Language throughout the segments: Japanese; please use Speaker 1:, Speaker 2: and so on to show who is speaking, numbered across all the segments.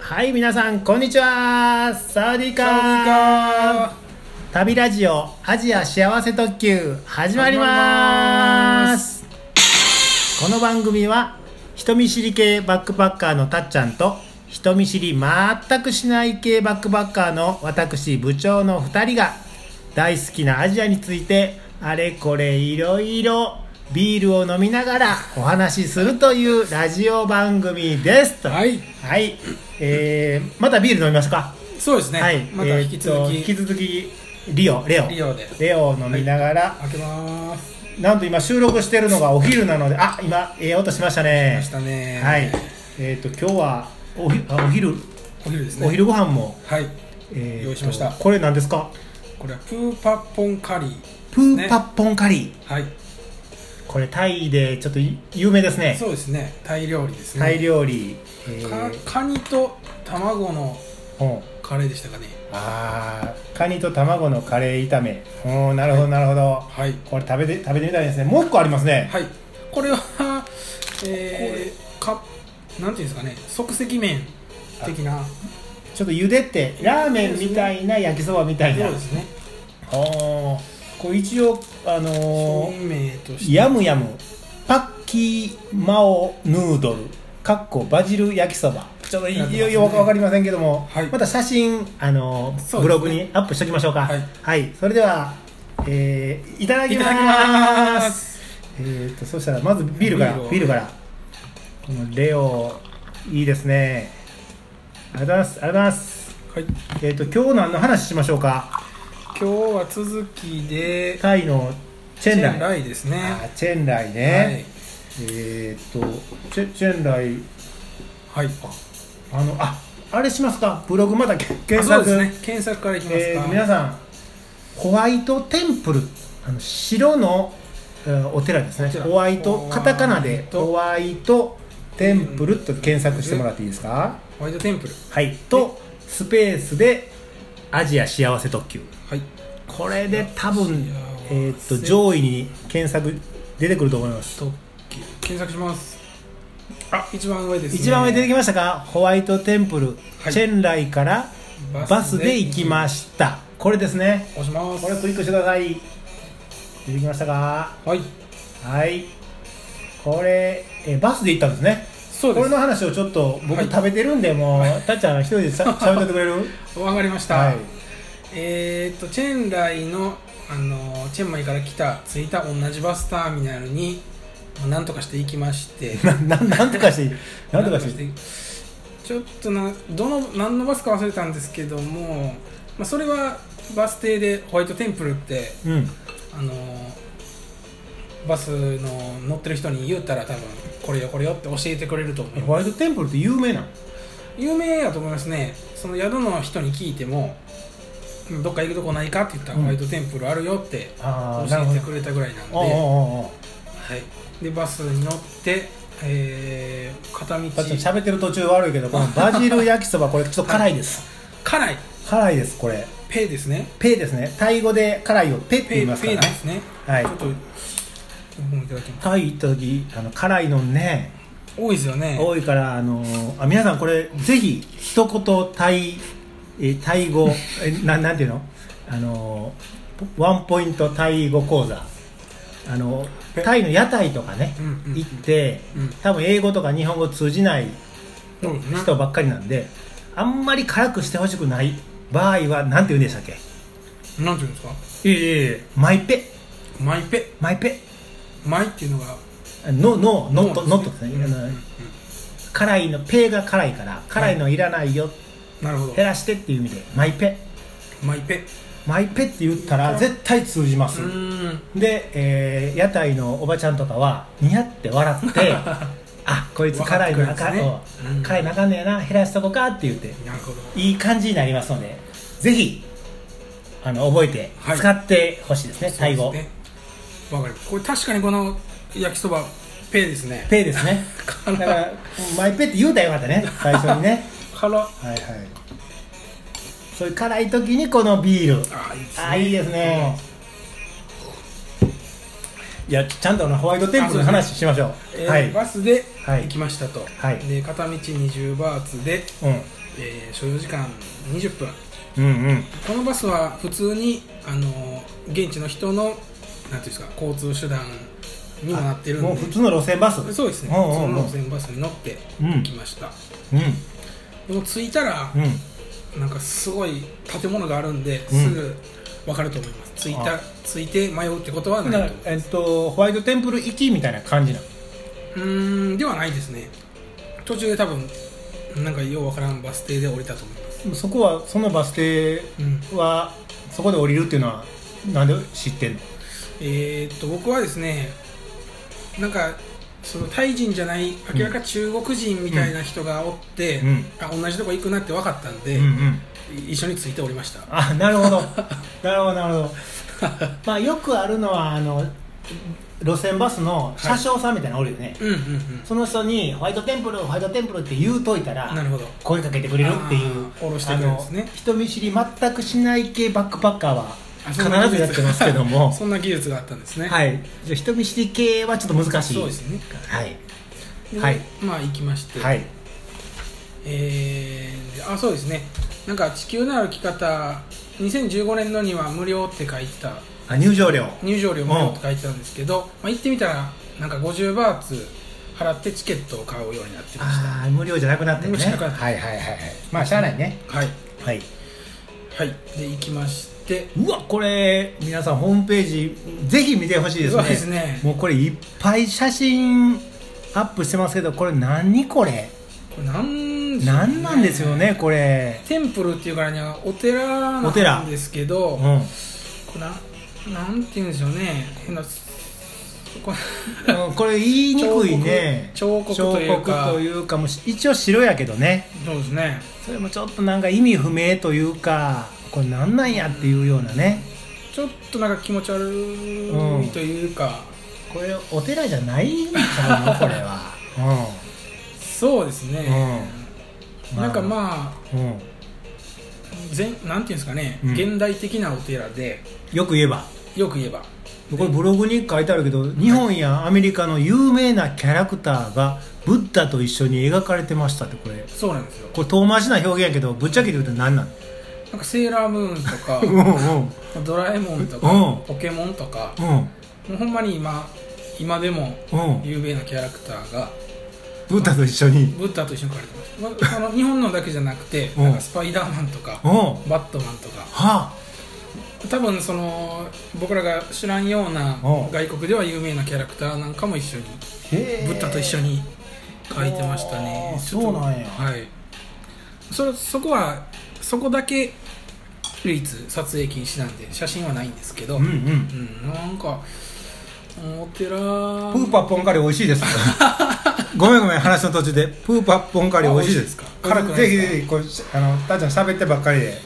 Speaker 1: はい皆さんこんにちはサウディーカー旅ラジオアジア幸せ特急始まりますこの番組は人見知り系バックパッカーのたっちゃんと人見知り全くしない系バックパッカーの私部長の2人が大好きなアジアについてあれこれいろいろビールを飲みながらお話しするというラジオ番組ですと
Speaker 2: はい
Speaker 1: はい、えー、またビール飲みますか
Speaker 2: そうですね、
Speaker 1: はい、
Speaker 2: また引き
Speaker 1: えー
Speaker 2: 続
Speaker 1: と
Speaker 2: き、
Speaker 1: 引き続きリオレオ
Speaker 2: リオで
Speaker 1: レオを飲みながら、
Speaker 2: 開けます
Speaker 1: なんと今収録してるのがお昼なのであ今ええ音しましたね
Speaker 2: ましたね
Speaker 1: はいえっ、と今日はおひあお昼
Speaker 2: お昼ですね
Speaker 1: お昼ご飯も、
Speaker 2: はい
Speaker 1: えーと
Speaker 2: 用意しました
Speaker 1: これ何ですか
Speaker 2: これはプーパッポンカリー
Speaker 1: プーパッポンカリー、
Speaker 2: はい
Speaker 1: これタイでちょっと有名ですね
Speaker 2: そうですねタイ料理ですね
Speaker 1: タイ料理、え
Speaker 2: か
Speaker 1: ー
Speaker 2: カニと卵の
Speaker 1: うん
Speaker 2: カレーでしたかね
Speaker 1: あーカニと卵のカレー炒めうんなるほどなるほど、
Speaker 2: はい
Speaker 1: これ食べて食べてみたいですねもう一個ありますね、
Speaker 2: はいこれはえー、かなんていうんですかね即席麺的な
Speaker 1: ちょっと茹でてラーメンみたいな焼きそばみた
Speaker 2: そう
Speaker 1: いな
Speaker 2: ですね
Speaker 1: おーこれ一応あのー
Speaker 2: 本名として
Speaker 1: ヤムヤムパッキーマオヌードルかっこバジル焼きそばちょっとい
Speaker 2: やってますね
Speaker 1: よいよ分かりませんけども、
Speaker 2: はい
Speaker 1: また写真、あのー
Speaker 2: そうですね
Speaker 1: ブログにアップしておきましょうか
Speaker 2: はい
Speaker 1: それでは、えーいただき
Speaker 2: い
Speaker 1: ま
Speaker 2: た
Speaker 1: す
Speaker 2: だきます
Speaker 1: えー、とそしたらまずビールから
Speaker 2: ビールを
Speaker 1: ビールからこのレオいいですねありがとうございますありがとうございます
Speaker 2: はい
Speaker 1: えっ、と今日何の話しましょうか
Speaker 2: 今日は続きで
Speaker 1: タイのチェンライ
Speaker 2: ライですね
Speaker 1: あーチェンライね、えーっとチェチェンライ
Speaker 2: はい、はい、
Speaker 1: あのああれしますかブログまだけ
Speaker 2: あ
Speaker 1: 検
Speaker 2: そう
Speaker 1: 索、
Speaker 2: ですね検索からいきますか、
Speaker 1: えー皆さんホワイトテンプルあの白の、えーお寺ですね
Speaker 2: お寺
Speaker 1: ホワイ
Speaker 2: ホワ
Speaker 1: ト
Speaker 2: イト
Speaker 1: カタカナでホワイトテンプルと検索してもらっていいですか、
Speaker 2: ホワイトテンプル
Speaker 1: はいとスペースでアジア幸せ特急
Speaker 2: はい
Speaker 1: これで多分
Speaker 2: 幸、せ
Speaker 1: えーっと上位に検索出てくると思います
Speaker 2: 特急検索しますあ一番上です、ね、
Speaker 1: 一番上出てき
Speaker 2: ま
Speaker 1: ましたかホワイトテンプル、
Speaker 2: はい
Speaker 1: チェンライから
Speaker 2: バスで
Speaker 1: バスで行きましたこれですね
Speaker 2: す押します
Speaker 1: これクリックしてください出てきましたか
Speaker 2: はい
Speaker 1: はいこれえバスで行ったんですね
Speaker 2: そう
Speaker 1: こ
Speaker 2: で
Speaker 1: れの話をちょっと僕
Speaker 2: はい
Speaker 1: 食べてるんで、もうたっちゃん一人 でしゃ喋っててくれる
Speaker 2: すわかりました、
Speaker 1: はい
Speaker 2: えーっとチェンライのあのチェンマイから来た着いた同じバスターミナルになんとかして行きまして
Speaker 1: なななんとかして なんとかして
Speaker 2: ちょっとなどの何のバスか忘れたんですけども、まあ、それはバス停でホワイトテンプルって
Speaker 1: うん
Speaker 2: あのバスの乗ってる人に言ったら多分これよこれよって教えてくれると思い
Speaker 1: ホ
Speaker 2: ま
Speaker 1: ワイトテンプルって有名なの
Speaker 2: す有名やと思いますねその宿の人に聞いてもうんどっか行くとこないかって言ったら
Speaker 1: うん
Speaker 2: ホワイトテンプルあるよって
Speaker 1: あ
Speaker 2: 教
Speaker 1: ーなるほ
Speaker 2: え
Speaker 1: ど
Speaker 2: てくれたぐらいなんで,、
Speaker 1: おう
Speaker 2: は
Speaker 1: おうおうおう
Speaker 2: い、でバスに乗って、えー片道
Speaker 1: たっちゃん喋ってる途中悪いけどこのバジル焼きそばこれちょっと辛いです
Speaker 2: 家内
Speaker 1: 辛いですこれ
Speaker 2: ペイですね
Speaker 1: ペですねタイ語で辛いをペって
Speaker 2: ペ
Speaker 1: 言い
Speaker 2: イ
Speaker 1: ますか
Speaker 2: ペイ
Speaker 1: ら
Speaker 2: で
Speaker 1: ね
Speaker 2: すね
Speaker 1: はい
Speaker 2: ちょっと本いただきます
Speaker 1: タイ行った時あの辛いのね
Speaker 2: 多いですよね
Speaker 1: 多いからあのーあ皆さんこれぜひ一言タイえタイ語えななんていうのあのーワンポイントタイ語講座あの
Speaker 2: え
Speaker 1: タイの屋台とかね
Speaker 2: うんうんうん
Speaker 1: 行って
Speaker 2: うん
Speaker 1: 多分英語とか日本語通じない
Speaker 2: そうですね
Speaker 1: 人ばっかりなんであんまり辛くしてほしくない場合はなんて言うんでしたっけ
Speaker 2: なんていうんですか
Speaker 1: いえいえいえマイペ
Speaker 2: マイペイ
Speaker 1: マイペ
Speaker 2: マイっていうのが
Speaker 1: ノノノットノットです
Speaker 2: う
Speaker 1: ね、
Speaker 2: んうん
Speaker 1: あの辛いのペが辛いから辛いのいらないよ、
Speaker 2: なるほど
Speaker 1: 減らしてっていう意味でマイペ
Speaker 2: マイペ
Speaker 1: マイペって言ったら絶対通じます、
Speaker 2: うーん
Speaker 1: で、えー屋台のおばちゃんとかはニヤって笑って あこいつ辛いのあかん、
Speaker 2: 分かってくれるんですね
Speaker 1: うん辛いのあかんねやな減らしとこかって言って
Speaker 2: なるほど
Speaker 1: いい感じになりますのでぜひあの覚えて
Speaker 2: はい
Speaker 1: 使ってほしいですね、タイ
Speaker 2: そう
Speaker 1: 語、
Speaker 2: ですねわかるこれ確かにこの焼きそばペイですね
Speaker 1: ペですねだ
Speaker 2: 辛い
Speaker 1: からマイペって言うたらよかったね最初にね
Speaker 2: 辛あ
Speaker 1: はいはいそういう辛い時にこのビール
Speaker 2: ーいいですね
Speaker 1: あいいですねいやちゃんとあのホワイトテープの話しましょう
Speaker 2: えー
Speaker 1: はい、
Speaker 2: バスで
Speaker 1: はい
Speaker 2: 行きましたと、
Speaker 1: はい
Speaker 2: で片道20バーツで、えー所要時間20分
Speaker 1: うん、うんうん
Speaker 2: このバスは普通にあの現地の人のなんていうんですか交通手段にもなってるん
Speaker 1: もう
Speaker 2: で
Speaker 1: 普通の路線バス
Speaker 2: そうですね
Speaker 1: うん
Speaker 2: そ
Speaker 1: うんう
Speaker 2: の
Speaker 1: ん
Speaker 2: 路線バスに乗って
Speaker 1: うん
Speaker 2: きました、
Speaker 1: う
Speaker 2: でも着いたら
Speaker 1: んうん
Speaker 2: なんかすごい建物があるんで
Speaker 1: うん
Speaker 2: すぐ分かると思います、着いた
Speaker 1: あ
Speaker 2: 着いて迷うってことはないと
Speaker 1: だか
Speaker 2: 思
Speaker 1: ら
Speaker 2: います
Speaker 1: えっとホワイトテンプル行きみたいな感じなの
Speaker 2: うーんではないですね途中で多分なんかようわからんバス停で降りたと思います、
Speaker 1: でもそこはそのバス停
Speaker 2: うん
Speaker 1: はそこで降りるっていうのはなんで知ってんの
Speaker 2: えーっと僕はですねなんかそのタイ人じゃない明らか中国人みたいな人がおって、
Speaker 1: うん
Speaker 2: あ同じとこ行くなって分かったんで、
Speaker 1: うんうん
Speaker 2: 一緒についておりました
Speaker 1: あなるほどなるほどなるほどまあよくあるのはあの路線バスの車掌さんみたいなのおるよね、
Speaker 2: うんうん
Speaker 1: その人にホワイトテンプルホワイトテンプルって言うといた
Speaker 2: う
Speaker 1: ら
Speaker 2: んなるほど
Speaker 1: 声かけてくれるっていう
Speaker 2: あー降ろしてくれるんですね
Speaker 1: あの人見知り全くしない系バックパッカーは
Speaker 2: あ
Speaker 1: 必
Speaker 2: そんな技
Speaker 1: ず
Speaker 2: 術
Speaker 1: やってますけども
Speaker 2: そんな技術があったんですね
Speaker 1: はいじゃあ人見知り系はちょっと難しい
Speaker 2: そうですね
Speaker 1: はい
Speaker 2: で
Speaker 1: はい
Speaker 2: まあ行きまして、
Speaker 1: はい
Speaker 2: えー、あそうですねなんか地球の歩き方2015年のには無料って書いてた
Speaker 1: あ入場料
Speaker 2: 入場料無料って書いてたんですけど、まあ、行ってみたらなんか50バーツ払ってチケットを買うようになってまし
Speaker 1: ああ無料じゃなくなってる
Speaker 2: 無料
Speaker 1: ね
Speaker 2: じゃなくなってる
Speaker 1: はいはいはいはいまあしゃあないね
Speaker 2: たはい
Speaker 1: はい
Speaker 2: はいで行きまして
Speaker 1: うわこれ皆さんホームページぜひ見てほしいです
Speaker 2: そう
Speaker 1: ね
Speaker 2: ですね
Speaker 1: もうこれいっぱい写真アップしてますけどこれ何これ
Speaker 2: これなんでしょうね
Speaker 1: 何なんですよねこれ
Speaker 2: テンプルっていうからにはお寺
Speaker 1: お寺
Speaker 2: なんですけど、
Speaker 1: う
Speaker 2: こ
Speaker 1: ん
Speaker 2: れななんて言うんでしょうね変なこれ
Speaker 1: うんこれ言いにくいね
Speaker 2: 彫刻彫刻というか
Speaker 1: 彫刻というかもう一応白やけどね
Speaker 2: そうですね
Speaker 1: それもちょっとなんか意味不明というかこれ何なんやっていうようなね
Speaker 2: ちょっとなんか気持ち悪いというか、
Speaker 1: これお寺じゃないんちゃうのこれは
Speaker 2: そうですね、
Speaker 1: うん
Speaker 2: なんかまあ
Speaker 1: うん、うん、
Speaker 2: 全なんていうんですかね、
Speaker 1: うん
Speaker 2: 現代的なお寺で
Speaker 1: よく言えば
Speaker 2: よく言えば
Speaker 1: これブログに書いてあるけど日本やアメリカの有名なキャラクターがブッダと一緒に描かれてましたってこれ
Speaker 2: そうなんですよ
Speaker 1: これ遠回しな表現やけどぶっちゃけて言うと何なの
Speaker 2: なんかセーラームーンとか
Speaker 1: うん うん
Speaker 2: ドラえもんとか、
Speaker 1: うん
Speaker 2: ポケモンとか
Speaker 1: うん
Speaker 2: もうほんまに今今でも
Speaker 1: うん
Speaker 2: 有名なキャラクターが
Speaker 1: ブッダと一緒に
Speaker 2: ブッダと一緒に描かれてます、まあ、その日 本のだけじゃなくて
Speaker 1: うん
Speaker 2: なんかスパイダーマンとか
Speaker 1: うんは
Speaker 2: バットマンとか
Speaker 1: あ
Speaker 2: 多分その僕らが知らんような
Speaker 1: うん
Speaker 2: 外国では有名なキャラクターなんかも一緒に
Speaker 1: へ
Speaker 2: ブッダと一緒に描いてましたね、
Speaker 1: あー
Speaker 2: ちょっと
Speaker 1: そうなんや
Speaker 2: はいそれそこはそこだけ唯一撮影禁止なんで写真はないんですけど
Speaker 1: うんうん
Speaker 2: うんなんかうんお寺
Speaker 1: プーパッポンカレー美味しいです ごめんごめん話の途中でプーパッポンカレー美味しいです
Speaker 2: あ美
Speaker 1: 辛
Speaker 2: 味し
Speaker 1: く
Speaker 2: いですか
Speaker 1: ぜひぜひこうしあのたーちゃん喋ってばっかりで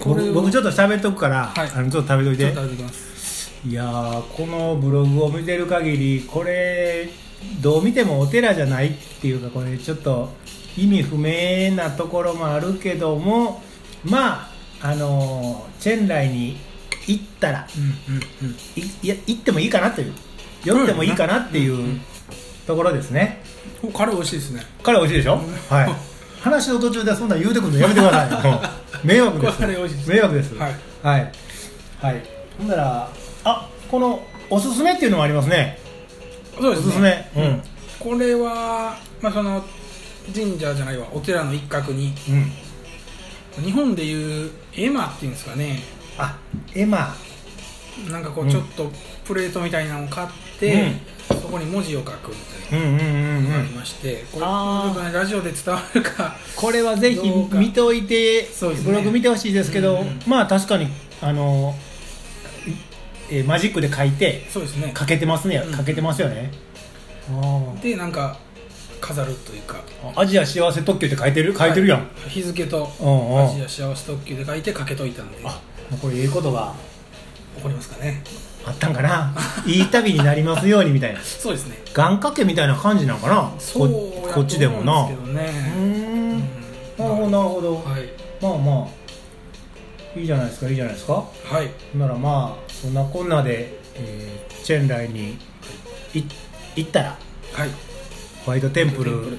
Speaker 2: これ
Speaker 1: 僕
Speaker 2: を
Speaker 1: 僕ちょっと喋っとくから、
Speaker 2: はい
Speaker 1: あのちょっと食べとい
Speaker 2: ちょ
Speaker 1: て
Speaker 2: っと歩きます
Speaker 1: いやーこのブログを見てる限りこれどう見てもお寺じゃないっていうかこれちょっと意味不明なところもあるけどもまああのーチェンライに行ったら
Speaker 2: うんうんうん
Speaker 1: いいや行ってもいいかなという寄ってもいいかなってい
Speaker 2: うんう
Speaker 1: うんところですね
Speaker 2: おカレー美味しいですね
Speaker 1: 彼美味しいでしょはい 話の途中でそんなん言うてくるのやめてくださいもう迷惑で
Speaker 2: これ美味しいですす
Speaker 1: 迷惑です
Speaker 2: はい
Speaker 1: はいはいほんならあこのおすすめっていうのもありますね
Speaker 2: そ
Speaker 1: お
Speaker 2: うです
Speaker 1: すす
Speaker 2: ね
Speaker 1: めうん
Speaker 2: これは、まあ、その神社じゃないわお寺の一角に
Speaker 1: うん
Speaker 2: 日本でいう絵馬っていうんですかね
Speaker 1: あエマ
Speaker 2: なんかこ
Speaker 1: う
Speaker 2: うんちょっとプレートみたいなのを買って、そこに文字を書くみたい
Speaker 1: うんうんうんう
Speaker 2: なのがあり
Speaker 1: ん
Speaker 2: まして、これち
Speaker 1: あー
Speaker 2: ょっとねラジオで伝わるか
Speaker 1: これはぜひ
Speaker 2: どうか
Speaker 1: 見ておいて
Speaker 2: そうですね
Speaker 1: ブログ見てほしいですけど
Speaker 2: うんうん
Speaker 1: まあ確かにあのえマジックで書いて
Speaker 2: そうですね
Speaker 1: 欠けてますね
Speaker 2: うん
Speaker 1: 欠けてますよね、
Speaker 2: でなんか飾るというか
Speaker 1: あアジア幸せ特急って書いてる書いてるやん、
Speaker 2: はい日付と
Speaker 1: うんうん
Speaker 2: アジア幸せ特急で書いてかけといたんで
Speaker 1: あこれええことが
Speaker 2: 怒りますかね
Speaker 1: あったんかないい旅になりますようにみたいな
Speaker 2: そうですね
Speaker 1: 願掛けみたいな感じなんかな
Speaker 2: そ
Speaker 1: こ
Speaker 2: うやと思うん
Speaker 1: こっちでもな
Speaker 2: です
Speaker 1: う
Speaker 2: けどね
Speaker 1: ーんなるほどなるほど、
Speaker 2: はい
Speaker 1: まあまあいいじゃないですかいいじゃないですか
Speaker 2: はい
Speaker 1: ほんならまあそんなこんなでえーチェンライにい行ったら
Speaker 2: はい
Speaker 1: ホワイトテンプ
Speaker 2: ホワイトテン
Speaker 1: ル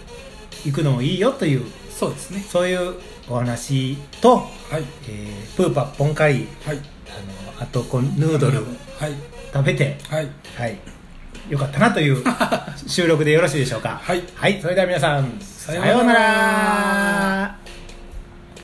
Speaker 1: 行くのもいいよという
Speaker 2: そうですね
Speaker 1: そういうお話と、
Speaker 2: はい
Speaker 1: えープーパッポンカリー
Speaker 2: はい
Speaker 1: あのあとこうヌードル
Speaker 2: はい
Speaker 1: 食べて、
Speaker 2: はい
Speaker 1: はい、よかったなと いう収録でよろしいでしょうか
Speaker 2: はい
Speaker 1: はい、それでは皆さん
Speaker 2: さようなら
Speaker 1: さようなら